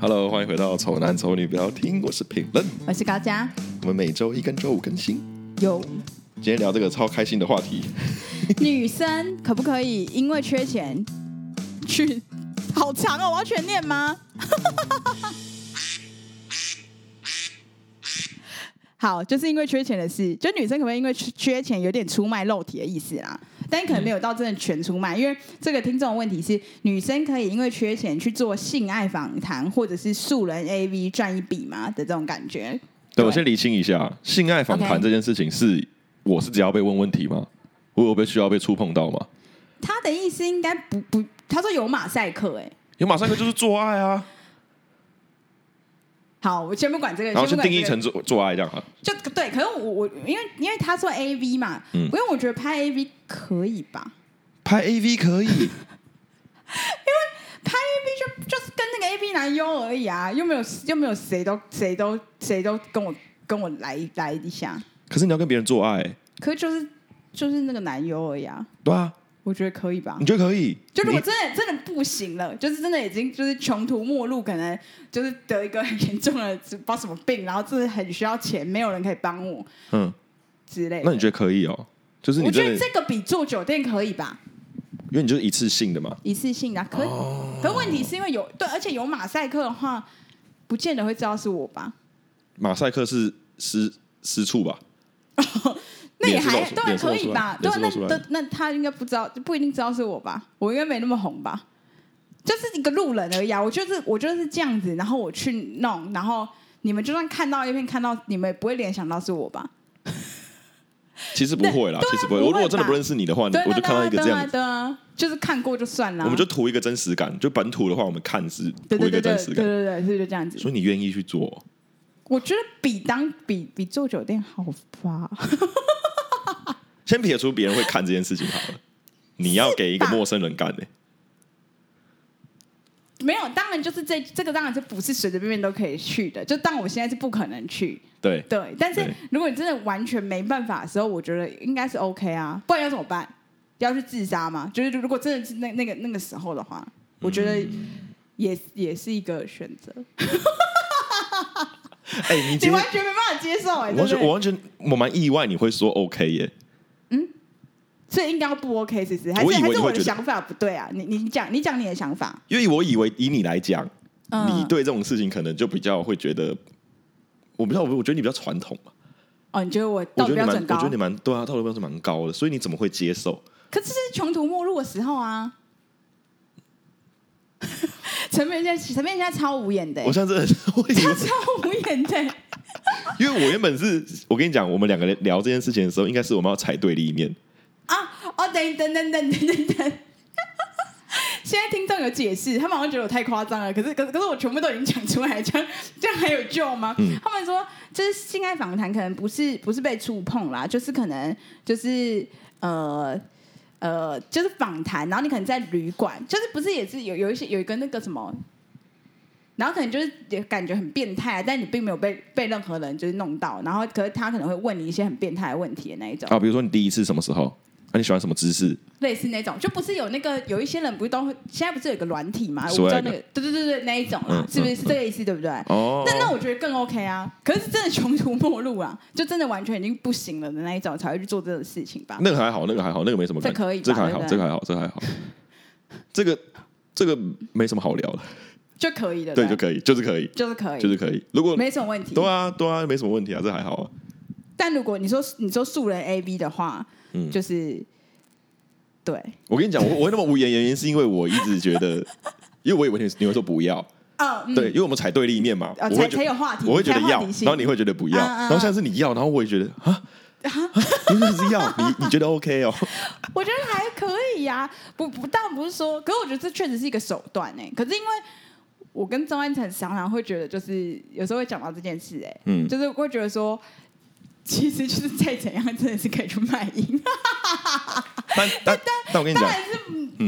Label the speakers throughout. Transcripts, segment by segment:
Speaker 1: Hello，欢迎回到《丑男丑女不要听》，我是评论。
Speaker 2: 我是高佳，
Speaker 1: 我们每周一跟周五更新。
Speaker 2: 有
Speaker 1: 今天聊这个超开心的话题，
Speaker 2: 女生可不可以因为缺钱去？好长哦，我要全念吗？ 好，就是因为缺钱的事，就女生可不可以因为缺缺钱有点出卖肉体的意思啦？但可能没有到真的全出卖，因为这个听众的问题是，女生可以因为缺钱去做性爱访谈或者是素人 AV 赚一笔吗的这种感觉？
Speaker 1: 对我先理清一下，性爱访谈
Speaker 2: OK
Speaker 1: 这件事情是我是只要被问问题吗？我有被需要被触碰到吗？
Speaker 2: 他的意思应该不不，他说有马赛克、欸，哎，
Speaker 1: 有马赛克就是做爱啊，
Speaker 2: 好，我先不管这个，
Speaker 1: 然后
Speaker 2: 先
Speaker 1: 先
Speaker 2: 不
Speaker 1: 定义
Speaker 2: 管这个
Speaker 1: 成做做爱这样哈。啊
Speaker 2: 就对。可是我我因为因为他说 A V 嘛，
Speaker 1: 嗯
Speaker 2: 因为我觉得拍 A V 可以吧，
Speaker 1: 拍 AV 可 以，
Speaker 2: 拍 A V 就就是跟那个 A V 男优而已啊，又没有又没有谁都谁都谁都跟我跟我来来一下，
Speaker 1: 可是你要跟别人做爱，
Speaker 2: 可是就是就是那个男优而已啊，
Speaker 1: 对啊，
Speaker 2: 我觉得可以吧
Speaker 1: 你。觉得可以？
Speaker 2: 就如果
Speaker 1: 你
Speaker 2: 真的真的不行了，就是真的已经就是穷途末路，可能就是得一个很严重的不知道什么病，然后就是很需要钱，没有人可以帮我
Speaker 1: 嗯，
Speaker 2: 之类的。
Speaker 1: 那你觉得可以哦？就是你
Speaker 2: 我觉
Speaker 1: 真
Speaker 2: 得
Speaker 1: 的，
Speaker 2: 这个比住酒店可以吧，
Speaker 1: 因为你就是一次性的嘛，
Speaker 2: 一次性的、啊、可以。可问题是因为有对，而且有马赛克的话，不见得会知道是我吧？
Speaker 1: 马赛克是私私处吧？
Speaker 2: 那也
Speaker 1: 脸是露出
Speaker 2: 还对，
Speaker 1: 脸是露
Speaker 2: 可
Speaker 1: 出
Speaker 2: 以
Speaker 1: 来
Speaker 2: 吧？对
Speaker 1: 脸
Speaker 2: 啊，
Speaker 1: 是
Speaker 2: 那
Speaker 1: 露出来
Speaker 2: 那那他应该不知道，不一定知道是我吧？我应该没那么红吧？就是一个路人而已啊！我就是我就是这样子，然后我去弄，然后你们就算看到一片，看到你们也不会联想到是我吧？
Speaker 1: 其实不会啦，
Speaker 2: 对对啊
Speaker 1: 其实不会。
Speaker 2: 不
Speaker 1: 我
Speaker 2: 会
Speaker 1: 如果真的
Speaker 2: 吧
Speaker 1: 不认识你的话，你
Speaker 2: 对
Speaker 1: 我就
Speaker 2: 对
Speaker 1: 看到一个
Speaker 2: 对
Speaker 1: 这样
Speaker 2: 啊，对啊，就是看过就算了啊。
Speaker 1: 我们就图一个真实感。就本土的话，我们看是
Speaker 2: 对
Speaker 1: 图
Speaker 2: 对
Speaker 1: 一个
Speaker 2: 对对
Speaker 1: 真
Speaker 2: 对
Speaker 1: 实
Speaker 2: 对
Speaker 1: 感。
Speaker 2: 对，对所以就这样子。
Speaker 1: 所以你愿意去做？
Speaker 2: 我觉得比当比比做酒店好吧？
Speaker 1: 先撇除别人会看这件事情好 了，你要给一个陌生人干的、
Speaker 2: 没有，当然就是这这个当然就不是随随便便都可以去的，就当我现在是不可能去。
Speaker 1: 对，
Speaker 2: 对，但是
Speaker 1: 对
Speaker 2: 如果你真的完全没办法的时候，我觉得应该是 OK 啊，不然要怎么办？要去自杀吗？就是如果真的是那那个那个时候的话，我觉得
Speaker 1: 嗯
Speaker 2: 也、也是一个选择。
Speaker 1: 哎、你
Speaker 2: 你
Speaker 1: 今
Speaker 2: 完
Speaker 1: 天
Speaker 2: 全没办法接受哎、
Speaker 1: 我完
Speaker 2: 对不
Speaker 1: 全我
Speaker 2: 对？
Speaker 1: 完全我蛮意外你会说 OK 耶、
Speaker 2: 所以应该不 OK，其实还
Speaker 1: 我
Speaker 2: 是
Speaker 1: 以为
Speaker 2: 还是
Speaker 1: 你会
Speaker 2: 我
Speaker 1: 觉得
Speaker 2: 的想法不对啊。你你讲你讲你的想法，
Speaker 1: 因为我以为以你来讲，
Speaker 2: 嗯
Speaker 1: 你对这种事情可能就比较会觉得，我不知道，我我觉得你比较传统嘛，
Speaker 2: 哦，你觉得我
Speaker 1: 我
Speaker 2: 道
Speaker 1: 觉得你
Speaker 2: 德标
Speaker 1: 蛮，
Speaker 2: 准
Speaker 1: 我觉
Speaker 2: 高
Speaker 1: 得你？蛮对啊，道德标准蛮高的，所以你怎么会接受？
Speaker 2: 可是这是穷途末路的时候啊！ 陈美现在，陈美现在超无言的、
Speaker 1: 我
Speaker 2: 欸，
Speaker 1: 现在真的，我以为
Speaker 2: 她超无言的、欸。
Speaker 1: 因为我原本是我跟你讲，我们两个人聊这件事情的时候，应该是我们要踩对立面。
Speaker 2: 啊！哦，等等等等等等 等。现在听众有解释，他们好像觉得我太夸张了，可是可是可是我全部都已经讲出来，这样这样还有救吗？
Speaker 1: 嗯
Speaker 2: 他们说，就是性爱访谈可能不是不是被触碰啦，就是可能就是呃呃，就是访谈，然后你可能在旅馆，就是不是也是有有一些有一个那个什么。然后可能就是也感觉很变态，啊但你并没有被被任何人就是弄到，然后可是他可能会问你一些很变态的问题的那一种。
Speaker 1: 啊，比如说你第一次什么时候？那、你喜欢什么姿势？
Speaker 2: 类似那种，就不是有那个有一些人不是都会现在不是有一个软体嘛？我
Speaker 1: Swag
Speaker 2: 不知道那个，对对对对，那一种啦，
Speaker 1: 嗯
Speaker 2: 是不
Speaker 1: 嗯
Speaker 2: 是是这个意思？对不对？
Speaker 1: 哦
Speaker 2: 那那我觉得更 OK 啊，可是真的穷途末路啊， 就真的完全已经不行了的那一种才会去做这种事情吧？
Speaker 1: 那个还好，那个还好，那个没什么感觉，
Speaker 2: 这可以吧
Speaker 1: 这个还好，
Speaker 2: 对不对
Speaker 1: 这个还好，这个还好，这个这个没什么好聊的，
Speaker 2: 就可以的，
Speaker 1: 对，就
Speaker 2: 不
Speaker 1: 可以，就是可以，
Speaker 2: 就是可以，
Speaker 1: 就是可以。如果
Speaker 2: 没什么问题。
Speaker 1: 对啊，对啊，没什么问题啊，这还好啊。
Speaker 2: 但如果你说你说素人 A B 的话，
Speaker 1: 嗯
Speaker 2: 就是对
Speaker 1: 我跟你讲，我我会那么无言，原因是因为我一直觉得，因为我以为你你会说不要，
Speaker 2: 哦，嗯
Speaker 1: 对，因为我们踩对立面嘛，
Speaker 2: 哦
Speaker 1: 我会
Speaker 2: 才
Speaker 1: 觉
Speaker 2: 才
Speaker 1: 得。
Speaker 2: 有话 题，
Speaker 1: 我会觉得
Speaker 2: 才有
Speaker 1: 要，
Speaker 2: 话题性
Speaker 1: 然后你会觉得不要，
Speaker 2: 嗯嗯嗯
Speaker 1: 然后现在是你要，然后我也觉得啊，啊你就是要，你你觉得 OK 哦？
Speaker 2: 我觉得还可以呀、不不，但不是说，可是我觉得这确实是一个手段哎、可是因为我跟张安成常常会觉得，就是有时候会讲到这件事哎、
Speaker 1: 嗯，
Speaker 2: 就是会觉得说，其实就是再怎样，真的是可以去卖淫。
Speaker 1: 但但但我跟你讲，
Speaker 2: 嗯
Speaker 1: 嗯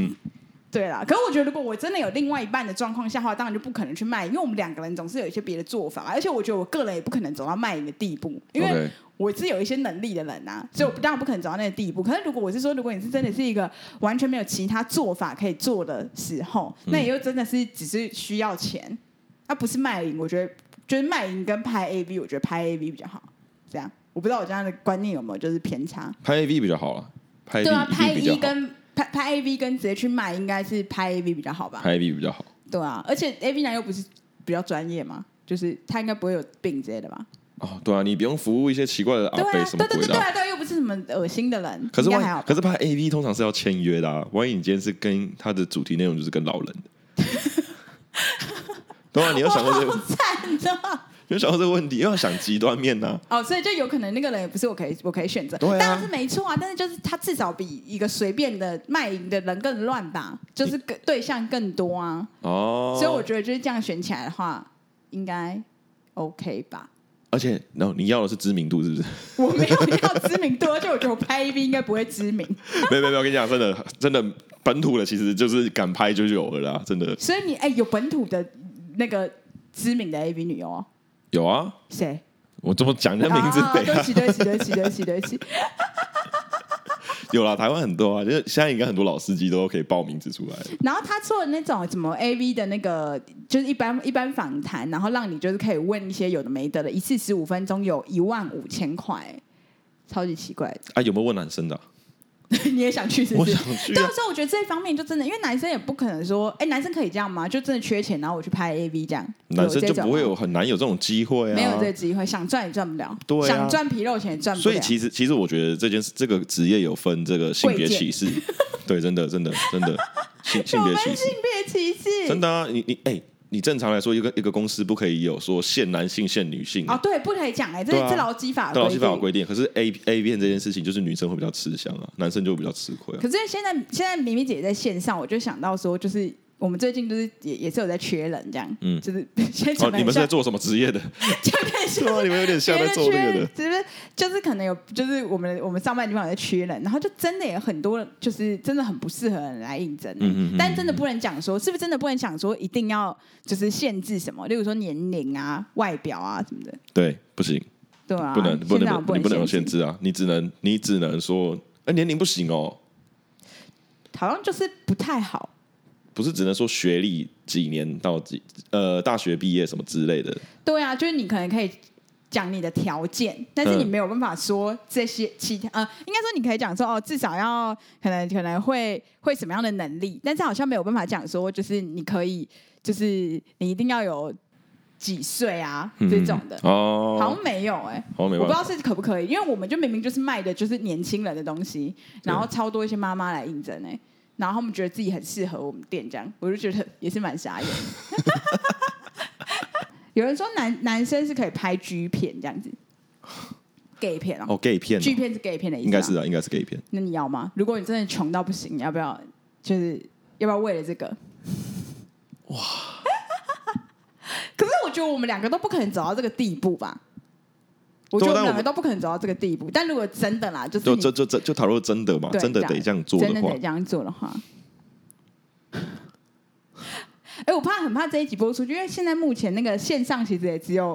Speaker 2: 对啦，可是我觉得如果我真的有另外一半的状况下的话，当然就不可能去卖淫，因为我们两个人总是有一些别的做法嘛，而且我觉得我个人也不可能走到卖淫的地步，因为
Speaker 1: OK
Speaker 2: 我是有一些能力的人呐、所以我当然不可能走到那个地步。可是如果我是说，如果你是真的是一个完
Speaker 1: 嗯
Speaker 2: 全没有其他做法可以做的时候，那也就真的是只是需要钱，啊，不是卖淫，我觉得就是卖淫跟拍 AV，我觉得拍 AV 比较好。这样，我不知道我这样的观念有没有就是偏差。
Speaker 1: 拍 AV 比较好了，拍 AV
Speaker 2: 对啊，拍
Speaker 1: 一定比较好，
Speaker 2: 跟拍拍 AV 跟直接去卖，应该是拍 AV 比较好吧？
Speaker 1: 拍 AV 比较好。
Speaker 2: 对啊，而且 AV 男又不是比较专业嘛，就是他应该不会有病之类的吧？
Speaker 1: 哦，对啊，你不用服务一些奇怪的阿
Speaker 2: 对啊，
Speaker 1: 贝什么
Speaker 2: 对对
Speaker 1: 鬼
Speaker 2: 对
Speaker 1: 的
Speaker 2: 对
Speaker 1: 啊。
Speaker 2: 啊，对啊，又不是什么恶心的人，
Speaker 1: 可是
Speaker 2: 应该还好
Speaker 1: 万，
Speaker 2: 吧。
Speaker 1: 可是拍 A V 通常是要签约的啊。万一你今天是跟他的主题内容就是跟老人的， 对啊，你要想过这
Speaker 2: 哇
Speaker 1: 个，
Speaker 2: 好惨的
Speaker 1: 你要想过这个问题，要想极端面呐、 啊
Speaker 2: 哦，所以就有可能那个人也不是我可以我可以选择，
Speaker 1: 对啊
Speaker 2: 当然是没错啊，但是就是他至少比一个随便的卖淫的人更乱吧，就是更对象更多啊，
Speaker 1: 哦，
Speaker 2: 所以我觉得就是这样选起来的话，应该 OK 吧。
Speaker 1: 而且，然后你要的是知名度，是不是？
Speaker 2: 我没有要知名度，而且我觉得我拍 AV 应该不会知名，
Speaker 1: 没有没有没有，我跟你讲，真的真的本土的其实就是敢拍就有了啦，真的
Speaker 2: 所以你哎、有本土的那个知名的 AV 女优哦，
Speaker 1: 有啊。
Speaker 2: 谁？
Speaker 1: 我这么讲，那名字
Speaker 2: 啊
Speaker 1: 对
Speaker 2: 对不
Speaker 1: 啊，
Speaker 2: 起，对不起，对不起，对不起，对不起。
Speaker 1: 有啦，台湾很多啊，就是现在应该很多老司机都可以报名字出来了。
Speaker 2: 然后他做的那种什么 AV 的那个，就是一般一般访谈，然后让你就是可以问一些有的没的的，一次十五分钟有一万五千块，超级奇怪 的。
Speaker 1: 啊，有没有问男生的啊、
Speaker 2: 你也想去是不
Speaker 1: 我
Speaker 2: 是
Speaker 1: 想？去
Speaker 2: 到
Speaker 1: 啊，
Speaker 2: 时候我觉得这一方面就真的，因为男生也不可能说，哎，男生可以这样吗？就真的缺钱，然后我去拍 AV 这样，
Speaker 1: 男生
Speaker 2: 这
Speaker 1: 就
Speaker 2: 种
Speaker 1: 不会
Speaker 2: 吗
Speaker 1: 有啊很难有这种机会啊。
Speaker 2: 没有这个机会，想赚也赚不了，
Speaker 1: 对啊
Speaker 2: 想赚皮肉钱也赚不了。
Speaker 1: 所以其实其实我觉得这件事，这个职业有分这个性别
Speaker 2: 贵贱
Speaker 1: 歧视，对，真的真的真的性性别歧视，
Speaker 2: 性别歧视
Speaker 1: 真的啊，你你哎、你正常来说，一个一个公司不可以有说限男性限女性
Speaker 2: 哦，对，不可以讲哎、这、
Speaker 1: 对啊
Speaker 2: 这劳基法
Speaker 1: 对劳
Speaker 2: 有规
Speaker 1: 基
Speaker 2: 定
Speaker 1: 法有规定，可是 A A 片这件事情，就是女生会比较吃香啊，男生就会比较吃亏啊。
Speaker 2: 可是现在现在明明姐在线上，我就想到说，就是我们最近就是也也是有在缺人这样，
Speaker 1: 嗯
Speaker 2: 就是 现在
Speaker 1: 哦
Speaker 2: 讲，得
Speaker 1: 你
Speaker 2: 很
Speaker 1: 们是在
Speaker 2: 像，
Speaker 1: 做什么职业的？
Speaker 2: 就
Speaker 1: 对
Speaker 2: 有点
Speaker 1: 啊，
Speaker 2: 像。
Speaker 1: 你们有点像在做那个的。
Speaker 2: 就是就是可能有，就是我们我们上班地方有在缺人，然后就真的有很多人，就是真的很不适合人来应征、
Speaker 1: 嗯嗯嗯
Speaker 2: 但真的不能讲说，是不是真的不能讲说一定要就是限制什么，例如说年龄啊、外表啊什么的，
Speaker 1: 对，不行，
Speaker 2: 对啊，
Speaker 1: 不能不
Speaker 2: 现在
Speaker 1: 能
Speaker 2: 我不
Speaker 1: 你不能有
Speaker 2: 限
Speaker 1: 限
Speaker 2: 制，
Speaker 1: 制啊，你只能你只能说，哎，年龄不行哦，
Speaker 2: 好像就是不太好。
Speaker 1: 不是只能说学历几年到几呃大学毕业什么之类的。
Speaker 2: 对啊，就是你可能可以讲你的条件，但是你
Speaker 1: 嗯
Speaker 2: 没有办法说这些其他呃，应该说你可以讲说哦，至少要可能可能会会什么样的能力，但是好像没有办法讲说就是你可以就是你一定要有几岁啊、这种的
Speaker 1: 嗯，哦，
Speaker 2: 好像没有哎、
Speaker 1: 好像没
Speaker 2: 我不
Speaker 1: 办法
Speaker 2: 知道。是可不可以，因为我们就明明就是卖的就是年轻人的东西，然后超多一些妈妈来应征哎、然后他们觉得自己很适合我们店这样，我就觉得 也是蛮傻眼的。有人说男男生是可以拍 G 片这样子，gay 片哦、
Speaker 1: 哦，gay 片哦
Speaker 2: g 片是 gay 片的意思，
Speaker 1: 应该是。啊，应该是 gay 片。
Speaker 2: 那你要吗？如果你真的穷到不行，你要不要就是要不要为了这个？哇！ 可是我觉得我们两个都不可能走到这个地步吧。我觉得我
Speaker 1: 对啊但
Speaker 2: 们
Speaker 1: 我
Speaker 2: 两
Speaker 1: 们
Speaker 2: 个都不可能走到这个地步，但如果真的啦，就是
Speaker 1: 就
Speaker 2: 你
Speaker 1: 就就就就讨论真的嘛，
Speaker 2: 对
Speaker 1: 真的得这样做
Speaker 2: 真
Speaker 1: 的
Speaker 2: 的
Speaker 1: 话
Speaker 2: 得，这样做的话， 哎、我怕很怕这一集播出去，因为现在目前那个线上其实也只有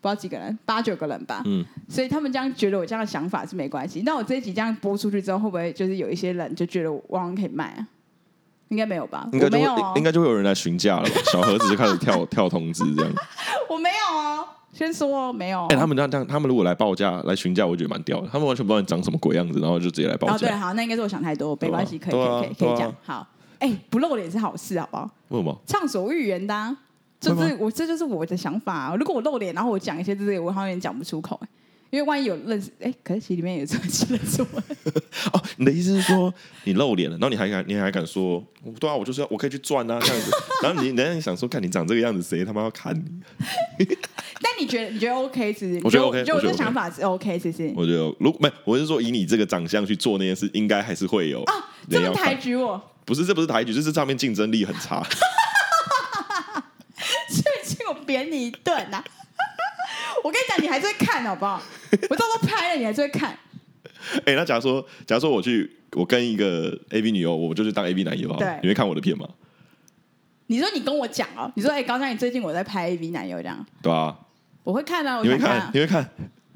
Speaker 2: 不知道几个人，八九个人吧，
Speaker 1: 嗯，
Speaker 2: 所以他们这样觉得我这样的想法是没关系。那我这一集这样播出去之后，会不会就是有一些人就觉得我汪汪可以卖啊？应该没有吧？
Speaker 1: 应该
Speaker 2: 我
Speaker 1: 就会
Speaker 2: 没有、哦
Speaker 1: 应应该就会有人来询价了吧？小盒子就开始 跳跳通知这样。
Speaker 2: 我没有哦，先说哦，没有、哦。
Speaker 1: 哎、他们这样这样，他们如果来报价来询价，我觉得蛮屌的。他们完全不知道你长什么鬼样子，然后就直接来报
Speaker 2: 哦，
Speaker 1: 价。
Speaker 2: 对，好，那应该是我想太多，没关系，可以，
Speaker 1: 对啊
Speaker 2: 可以，可以，可
Speaker 1: 对啊
Speaker 2: 以讲。好，哎、不露脸是好事，好不好？
Speaker 1: 为什么？
Speaker 2: 畅所欲言的、啊，就
Speaker 1: 会
Speaker 2: 是我这就是我的想法、啊。如果我露脸，然后我讲一些这些，我好像有点讲不出口、欸因为万一有认识，哎、可是其实里面有认识认识 我，
Speaker 1: 哦，你的意思是说你露脸了，然后你还敢你还敢说，对啊，我就是要我可以去赚啊这样子。 然后你人家想说，看你长这个样子，谁他妈要看你？
Speaker 2: 但你觉得你觉得 OK 是不是？
Speaker 1: 我觉得
Speaker 2: 你
Speaker 1: OK，
Speaker 2: 觉我
Speaker 1: 我觉得 OK
Speaker 2: 这想法是哦 OK 是不是？
Speaker 1: 我觉得如没，我是说以你这个长相去做那件事，应该还是会有
Speaker 2: 啊，这
Speaker 1: 人要
Speaker 2: 么抬
Speaker 1: 看。
Speaker 2: 举我，
Speaker 1: 不是，这不是抬举，这是上面竞争力很差。
Speaker 2: 最近我扁你一顿呐、啊！我跟你讲，你还是会看好 不好？我到时候拍了，你还是会看。
Speaker 1: 哎、那假如说，假如说我去，我跟一个 A B 女优，我就去当 A B 男优好了
Speaker 2: 对，
Speaker 1: 你会看我的片吗？
Speaker 2: 你说你跟我讲哦，你说哎、高佳，你最近我在拍 AV 男友这样，
Speaker 1: 对吧、
Speaker 2: 我会看啊，我
Speaker 1: 你会
Speaker 2: 想
Speaker 1: 看
Speaker 2: 啊，。
Speaker 1: 你会看，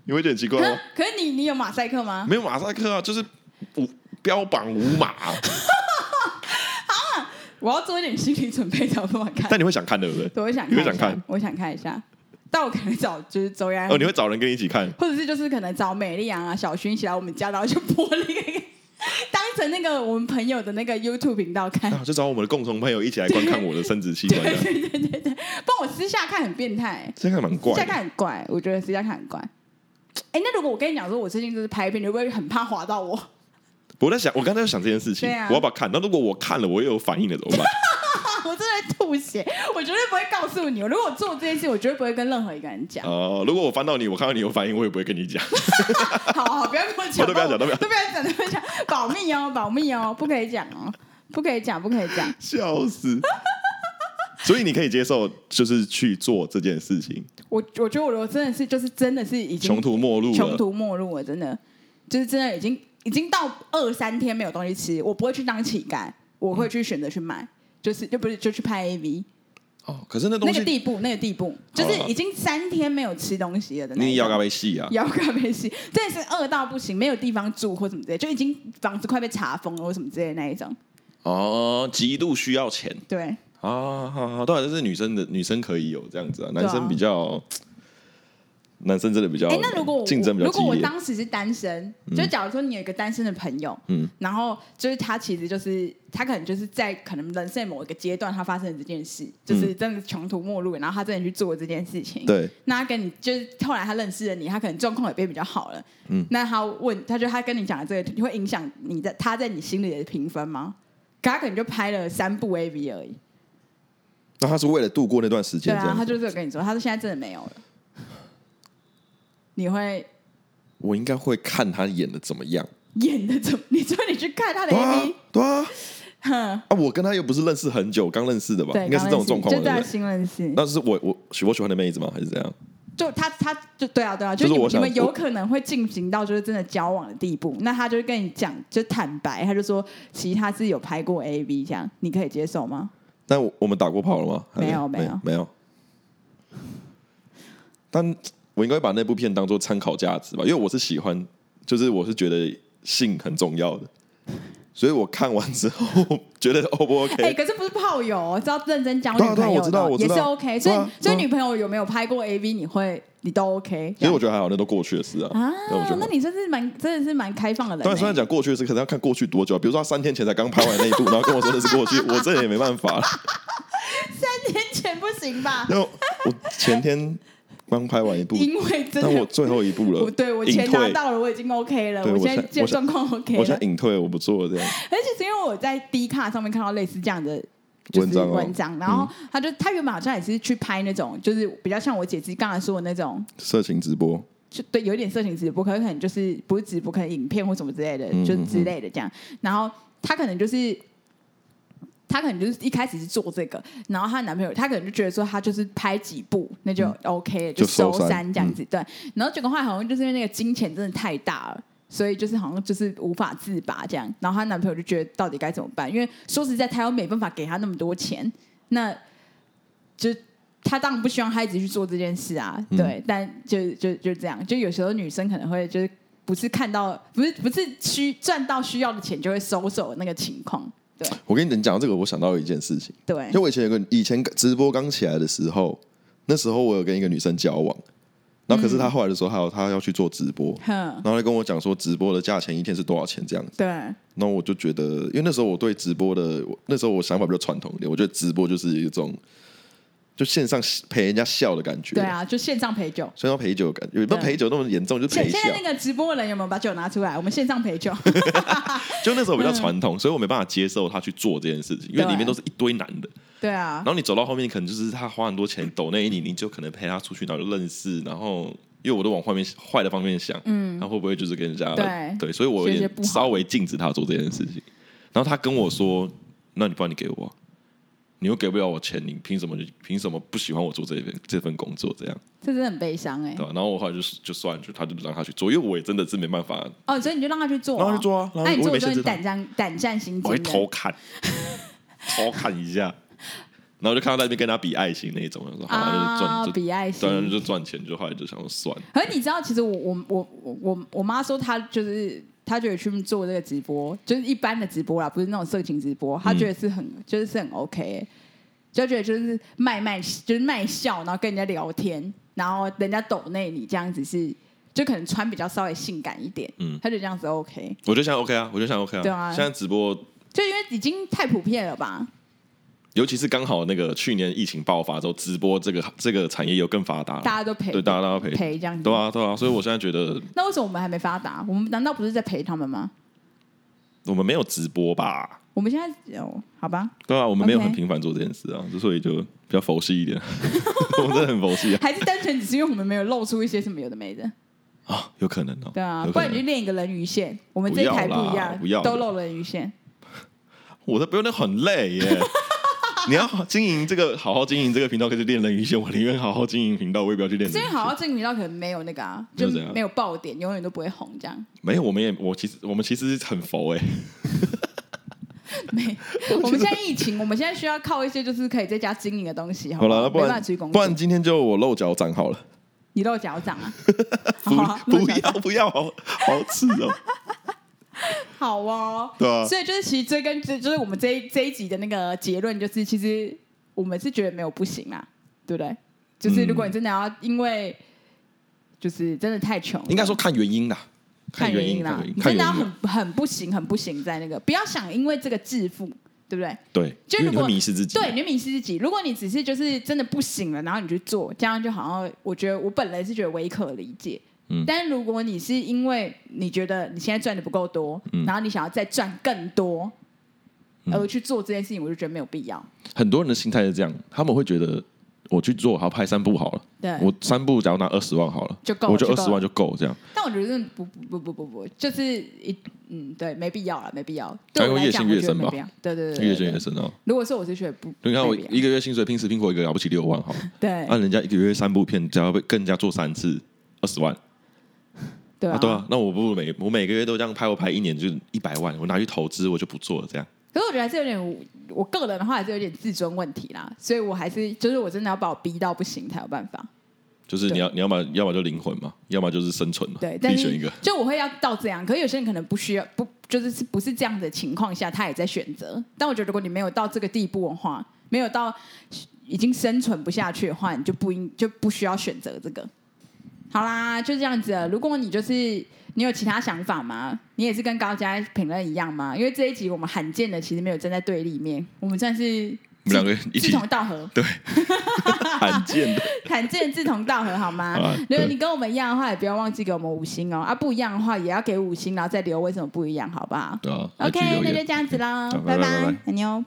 Speaker 1: 你会觉得很奇怪哦
Speaker 2: 可
Speaker 1: 吗
Speaker 2: 是？可是你你有马赛克吗？
Speaker 1: 没有 马赛克啊，就是五标榜五马，
Speaker 2: 我要做一点心理准备才有办法看。
Speaker 1: 但你会想看对不对？
Speaker 2: 对，我想
Speaker 1: 你
Speaker 2: 看
Speaker 1: 会
Speaker 2: 一
Speaker 1: 想
Speaker 2: 下
Speaker 1: 看，
Speaker 2: 我想看一下，但我可能找就是周安，
Speaker 1: 哦，你会找人跟你一起看，
Speaker 2: 或者是就是可能找美丽昂啊、小薰一起来我们家，然后就播那个 当成那个我们朋友的那个 YouTube 频道看。
Speaker 1: 啊，就找我们的共同朋友一起来观看我的生殖器官这
Speaker 2: 哎 对
Speaker 1: 样，
Speaker 2: 对对对对，不然我私下看很变态、
Speaker 1: 这样蛮怪
Speaker 2: 私下
Speaker 1: 的。
Speaker 2: 看很怪，我觉得私下看很怪。哎、那如果我跟你讲说，我最近就是拍片，你会不会很怕划到我？ 啊，
Speaker 1: 我在想，我刚才在想这件事情，
Speaker 2: 对啊
Speaker 1: 我要不要看？那如果我看了，我又有反应了怎 么办？
Speaker 2: 我真的在吐血，我绝对不会告诉你。如果我做这件事，我绝对不会跟任何一个人讲。
Speaker 1: 哦、如果我翻到你，我看到你有反应，我也不会跟你讲。
Speaker 2: 好好，不要跟我讲，
Speaker 1: 都不要讲都
Speaker 2: 都
Speaker 1: 不
Speaker 2: 不
Speaker 1: 要
Speaker 2: 要讲，都不要讲，保密哦，保密哦，不可以讲哦，不可以讲，不可以讲。
Speaker 1: 笑死！所以你可以接受，就是去做这件事情，
Speaker 2: 我我觉得我如果真的是就是真的是已经
Speaker 1: 穷途末路
Speaker 2: 穷
Speaker 1: 了。
Speaker 2: 途末路了，真的就是真的已经已经到二三天没有东西吃，我不会去当乞丐，我会去选择去买，就是就不是就去拍 AV
Speaker 1: 哦，可是那东
Speaker 2: 那
Speaker 1: 西
Speaker 2: 个地步，那个地步
Speaker 1: 好
Speaker 2: 就
Speaker 1: 了
Speaker 2: 是已经三天没有吃东西了的那
Speaker 1: 你
Speaker 2: 一
Speaker 1: 要
Speaker 2: 种
Speaker 1: 咖啡戏啊，
Speaker 2: 摇咖啡西，真的是饿到不行，没有地方住或什么之类，就已经房子快被查封了或什么之类的那一种，
Speaker 1: 哦，极度需要钱
Speaker 2: 对。
Speaker 1: 啊！好好，当然这是女生的，女生可以有这样子啊，
Speaker 2: 啊
Speaker 1: 男生比较，男生真的比较，
Speaker 2: 哎、那如果我
Speaker 1: 竞争比较
Speaker 2: 如
Speaker 1: 激
Speaker 2: 果我
Speaker 1: 烈，
Speaker 2: 当时是单身，就假如说你有一个单身的朋友，
Speaker 1: 嗯
Speaker 2: 然后就是他其实就是他可能就是在可能人生某一个阶段，他发生了这件事，就是真的穷途末路，然后他真的去做这件事情。
Speaker 1: 嗯对，
Speaker 2: 那他跟你就是后来他认识了你，他可能状况也变比较好了。
Speaker 1: 嗯
Speaker 2: 那他问，他就他跟你讲的这个，你会影响你在他在你心里的评分吗？可他可能就拍了三部 AV 而已，
Speaker 1: 那他是为了度过那段时
Speaker 2: 对
Speaker 1: 间这
Speaker 2: 啊，
Speaker 1: 样
Speaker 2: 他
Speaker 1: 子，
Speaker 2: 就是有跟你说，他说现在真的没有了，你会
Speaker 1: 我应该会看他演的怎么样，
Speaker 2: 演的怎么？你说你去看他的
Speaker 1: 对啊
Speaker 2: AV，，
Speaker 1: 对啊，
Speaker 2: 哼，
Speaker 1: 啊，我跟他又不是认识很久，刚认识的吧，
Speaker 2: 对，啊
Speaker 1: 应该是这种
Speaker 2: 刚
Speaker 1: 状况，对
Speaker 2: 认识就
Speaker 1: 不
Speaker 2: 在
Speaker 1: 对？
Speaker 2: 新认识，
Speaker 1: 那是我我喜我喜欢的妹子吗？还是怎样？
Speaker 2: 就他他就对啊对啊，
Speaker 1: 就是
Speaker 2: 你
Speaker 1: 我
Speaker 2: 你
Speaker 1: 想
Speaker 2: 们有可能会进行到就是真的交往的地步，那他就会跟你讲，就坦白，他就说其实他是有拍过 AV 这样，你可以接受吗？
Speaker 1: 但我我们打过炮了吗？还
Speaker 2: 没有没有
Speaker 1: 没有。但我应该会把那部片当做参考价值吧，因为我是喜欢，就是我是觉得性很重要的，所以我看完之后觉得 O 不 OK？、
Speaker 2: 哎、可是不是炮友哦，知道认真交女
Speaker 1: 对啊
Speaker 2: 朋
Speaker 1: 对啊
Speaker 2: 友
Speaker 1: 我知道
Speaker 2: 的
Speaker 1: 我知
Speaker 2: 也
Speaker 1: 道
Speaker 2: 是 OK，所以、
Speaker 1: 对啊
Speaker 2: 所以
Speaker 1: 对啊
Speaker 2: 女朋友有没有拍过 AV，你会你都 OK
Speaker 1: 其
Speaker 2: 这
Speaker 1: 实
Speaker 2: 样。
Speaker 1: 我觉得还好，那都过去的事啊。
Speaker 2: 啊
Speaker 1: 那我觉，得
Speaker 2: 那
Speaker 1: 还好。
Speaker 2: 你真是蛮真的是蛮开放的人、
Speaker 1: 当然，虽然
Speaker 2: 欸。
Speaker 1: 讲过去的事，可是要看过去多久啊。比如说，他三天前才刚拍完那一部，然后跟我说那是过去，我这也没办法。
Speaker 2: 三 年前不欸行吧？
Speaker 1: 因为我前天刚拍完一 部，
Speaker 2: 因为真
Speaker 1: 但我
Speaker 2: 的，
Speaker 1: 最后一部了，
Speaker 2: 我对我
Speaker 1: 隐
Speaker 2: 钱拿
Speaker 1: 退，
Speaker 2: 到了，我已经 OK 了，
Speaker 1: 对我
Speaker 2: 现在
Speaker 1: 现
Speaker 2: 这
Speaker 1: 我现
Speaker 2: 状况 OK
Speaker 1: 我现
Speaker 2: 了
Speaker 1: 在。隐退，我不做了这样。
Speaker 2: 而且是因为我在 D 卡上面看到类似这样的。就是
Speaker 1: 文章哦
Speaker 2: 文章，然后他就他原本好像也是去拍那种，就是比较像我姐姐刚才说的那种，
Speaker 1: 色情直播，
Speaker 2: 就对，有点色情直播，可能可能就是不是直播，可能影片或什么之类的，
Speaker 1: 嗯
Speaker 2: 就
Speaker 1: 嗯
Speaker 2: 之类的这样。然后她可能就是，她可能就是一开始是做这个，然后她男朋友，她可能就觉得说，她就是拍几部那就 OK，、了，
Speaker 1: 嗯就
Speaker 2: 收
Speaker 1: 收山嗯
Speaker 2: 这样子。对，然后结果后来好像就是因为那个金钱真的太大了。所以就是好像就是无法自拔这样，然后她男朋友就觉得到底该怎么办？因为说实在，她又没办法给她那么多钱，那就他当然不希望他一直去做这件事啊，
Speaker 1: 嗯
Speaker 2: 对，但就就就这样，就有时候女生可能会就是不是看到不是不是需赚到需要的钱就会收手的那个情况，对
Speaker 1: 我跟你讲这个，我想到一件事情，
Speaker 2: 对
Speaker 1: 就，我以前有个以前直播刚起来的时候，那时候我有跟一个女生交往，然后可是她后来的时候，她有她要去做直播，
Speaker 2: 哼，
Speaker 1: 然后她跟我讲说直播的价钱一天是多少钱这样子，
Speaker 2: 对，
Speaker 1: 然后我就觉得，因为那时候我对直播的我那时候我想法比较传统一点，我觉得直播就是一种就线上陪人家笑的感觉，
Speaker 2: 对，啊，就线上陪酒。
Speaker 1: 所以要陪酒的感觉，也不是
Speaker 2: 对
Speaker 1: 陪酒那么严重，就是
Speaker 2: 现
Speaker 1: 陪
Speaker 2: 现
Speaker 1: 笑，
Speaker 2: 在那个直播的人有没有把酒拿出来？我们线上 陪酒，
Speaker 1: 就那时候比较传统，所以我没办法接受她去做这件事情，因为
Speaker 2: 嗯对
Speaker 1: 里面都是一堆男的。
Speaker 2: 对啊
Speaker 1: 然，后你走到后面，可能就是他花很多钱抖那一你，你就可能陪他出去，然后就认识，然后因为我都往坏面坏的方面想，嗯，他会不会就是跟人家
Speaker 2: 对
Speaker 1: 所以我有
Speaker 2: 学些
Speaker 1: 点
Speaker 2: 不好
Speaker 1: 稍微禁止他做这件事情。然后他跟我说：“那你不然你给我啊、你又给不了我钱，你凭什么？凭什么不喜欢我做这份 这份工作？这样
Speaker 2: 这真的很悲伤哎
Speaker 1: 对。吧？”然后我后来就就算了，就他就让他去做，因为我也真的是没办法，
Speaker 2: 哦，所以你就让他去做啊，
Speaker 1: 让他去做啊让他
Speaker 2: 那你
Speaker 1: 我也没
Speaker 2: 做的时候
Speaker 1: 限制
Speaker 2: 你
Speaker 1: 他
Speaker 2: 胆战胆战心
Speaker 1: 我会
Speaker 2: 惊
Speaker 1: 偷
Speaker 2: 的，
Speaker 1: 看，偷看一下，然后就看到在那边跟他比爱心那一种，我说好了，就
Speaker 2: 啊
Speaker 1: 赚，就
Speaker 2: 比爱
Speaker 1: 当然
Speaker 2: 心。
Speaker 1: 就赚钱，就后来就想说算了，
Speaker 2: 可是你知道，其实我我我我我妈说她就是他觉得去做这个直播，就是一般的直播啦，不是那种色情直播，他
Speaker 1: 嗯
Speaker 2: 觉得是很、就是是很 OK，欸就觉得就是卖卖就是卖笑，然后跟人家聊天，然后人家抖内你这样子是，就可能穿比较稍微性感一点，
Speaker 1: 嗯
Speaker 2: 他就这样子 OK，
Speaker 1: 我觉得现在 OK 啊，我觉得现在 OK 啊。
Speaker 2: 对啊
Speaker 1: 现在直播，
Speaker 2: 就因为已经太普遍了
Speaker 1: 啊
Speaker 2: 吧，
Speaker 1: 尤其是刚好那个去年疫情爆发之后，直播这个这个产业又更发达了，
Speaker 2: 大家都陪
Speaker 1: 对大家都要陪，
Speaker 2: 陪这样子
Speaker 1: 对，啊对啊，所以我现在觉得
Speaker 2: 那为什么我们还没发达？我们难道不是在陪他们吗？
Speaker 1: 我们没有直播吧。
Speaker 2: 我们现在哦，好吧，
Speaker 1: 对啊，我们没有
Speaker 2: OK
Speaker 1: 很频繁做这件事啊，之所以就比较佛系 一点，我真的很佛系啊，
Speaker 2: 还是单纯只是因为我们没有露出一些什么有的没的，
Speaker 1: 啊，有可能哦，
Speaker 2: 对啊，
Speaker 1: 有
Speaker 2: 不
Speaker 1: 可
Speaker 2: 然你就
Speaker 1: 能，
Speaker 2: 练一个人鱼线，我们这一台
Speaker 1: 不要啦
Speaker 2: 一样，
Speaker 1: 不要
Speaker 2: 都露人鱼线，
Speaker 1: 我的不用那很累耶， 你要经营这个，好好经营这个频道，可以去练人鱼线，我宁愿好好经营频道，我也不要去练人
Speaker 2: 所
Speaker 1: 鱼
Speaker 2: 以
Speaker 1: 线。
Speaker 2: 好像这个频道可能没有那个 啊，
Speaker 1: 没
Speaker 2: 就
Speaker 1: 有怎样
Speaker 2: 没有爆点，永远都不会红 这样。
Speaker 1: 没有，我们也我其实我们其实很佛哎，
Speaker 2: 没，我们现在疫情，我们现在需要靠一些就是可以在家经营的东西，
Speaker 1: 好
Speaker 2: 不
Speaker 1: 了，
Speaker 2: 好
Speaker 1: 不
Speaker 2: 没办
Speaker 1: 然
Speaker 2: 法去工
Speaker 1: 不
Speaker 2: 作
Speaker 1: 然，今天就我露脚掌好了，
Speaker 2: 你露脚掌 啊， 好
Speaker 1: 不
Speaker 2: 啊露
Speaker 1: 不
Speaker 2: 脚
Speaker 1: 要不要，好好刺哦，
Speaker 2: 好哦。
Speaker 1: 对啊，
Speaker 2: 所以就是其实追根就就是我们这一这一集的那个结论就是，其实我们是觉得没有不行啦，对不对？
Speaker 1: 嗯
Speaker 2: 就是如果你真的要因为就是真的太穷了，
Speaker 1: 应该说看原因啦，
Speaker 2: 看
Speaker 1: 原
Speaker 2: 原因啦
Speaker 1: 看，原
Speaker 2: 你
Speaker 1: 看
Speaker 2: 真的
Speaker 1: 原
Speaker 2: 要
Speaker 1: 因
Speaker 2: 很
Speaker 1: 啦，
Speaker 2: 很不行，很不行，在那个不要想因为这个致富，对不对？
Speaker 1: 对，
Speaker 2: 就
Speaker 1: 因
Speaker 2: 如
Speaker 1: 为你
Speaker 2: 果
Speaker 1: 会迷失自己，
Speaker 2: 对，你就迷失自己。如果你只是就是真的不行了，然后你去做，这样就好像我觉得我本来是觉得唯可理解。
Speaker 1: 嗯
Speaker 2: 但如果你是因为你觉得你现在赚的不够多，
Speaker 1: 嗯
Speaker 2: 然后你想要再赚更多，而去做这件事情，我就觉得没有必要。
Speaker 1: 很多人的心态是这样，他们会觉得我去做好拍三步好了，
Speaker 2: 对，
Speaker 1: 我三步假如拿二十万好了，
Speaker 2: 就够了
Speaker 1: 我就
Speaker 2: 就
Speaker 1: 二
Speaker 2: 够了
Speaker 1: 十万就够这样。
Speaker 2: 但我觉得不不不不不不，就是一嗯，对，没必要了，没必要。
Speaker 1: 该
Speaker 2: 对我
Speaker 1: 会
Speaker 2: 来
Speaker 1: 越
Speaker 2: 讲，
Speaker 1: 陷
Speaker 2: 我
Speaker 1: 越
Speaker 2: 觉得
Speaker 1: 深
Speaker 2: 没
Speaker 1: 吧
Speaker 2: 必要。对对对对
Speaker 1: 越
Speaker 2: 对
Speaker 1: 陷越深哦。
Speaker 2: 如果是我是觉得不，
Speaker 1: 你看
Speaker 2: 没
Speaker 1: 我
Speaker 2: 必要
Speaker 1: 一个月薪水拼死拼活一个了不起六万好了，啊
Speaker 2: 对
Speaker 1: 按人家一个月三部片，只要被跟人家做三次，二十万
Speaker 2: 对
Speaker 1: 啊，对啊，那我不如每我每个月都这样拍，我拍一年就一百万，我拿去投资我就不做了这样。
Speaker 2: 可是我觉得还是有点，我个人的话还是有点自尊问题啦，所以我还是就是我真的要把我逼到不行才有办 法。
Speaker 1: 就是你要你要么要么就灵魂嘛，要么就是生存嘛，
Speaker 2: 对，
Speaker 1: 自
Speaker 2: 但
Speaker 1: 己选一
Speaker 2: 是
Speaker 1: 个。
Speaker 2: 就我会要到这样，可是有些人可能不需要，不就是是不是这样的情况下，他也在选择。但我觉得如果你没有到这个地步的话，没有到已经生存不下去的话，你就不应就不需要选择这个。好啦，就这样子啊了。如果你就是你有其他想法吗？你也是跟高家评论一样吗？因为这一集我们罕见的其实没有站在对立面，我们算是
Speaker 1: 我们两个一
Speaker 2: 志
Speaker 1: 起
Speaker 2: 同道合。
Speaker 1: 罕见的，
Speaker 2: 罕见志同道合，好吗
Speaker 1: 好啊？
Speaker 2: 如果
Speaker 1: 对
Speaker 2: 你跟我们一样的话，也不要忘记给我们五星哦。啊，不一样的话，也要给五星，然后再留为什么不一样，好不好
Speaker 1: 对啊来继续
Speaker 2: ？OK，
Speaker 1: 留
Speaker 2: 那
Speaker 1: 言
Speaker 2: 就这样子啦
Speaker 1: 好，拜拜拜
Speaker 2: 拜拜
Speaker 1: 拜，
Speaker 2: 爱你哦。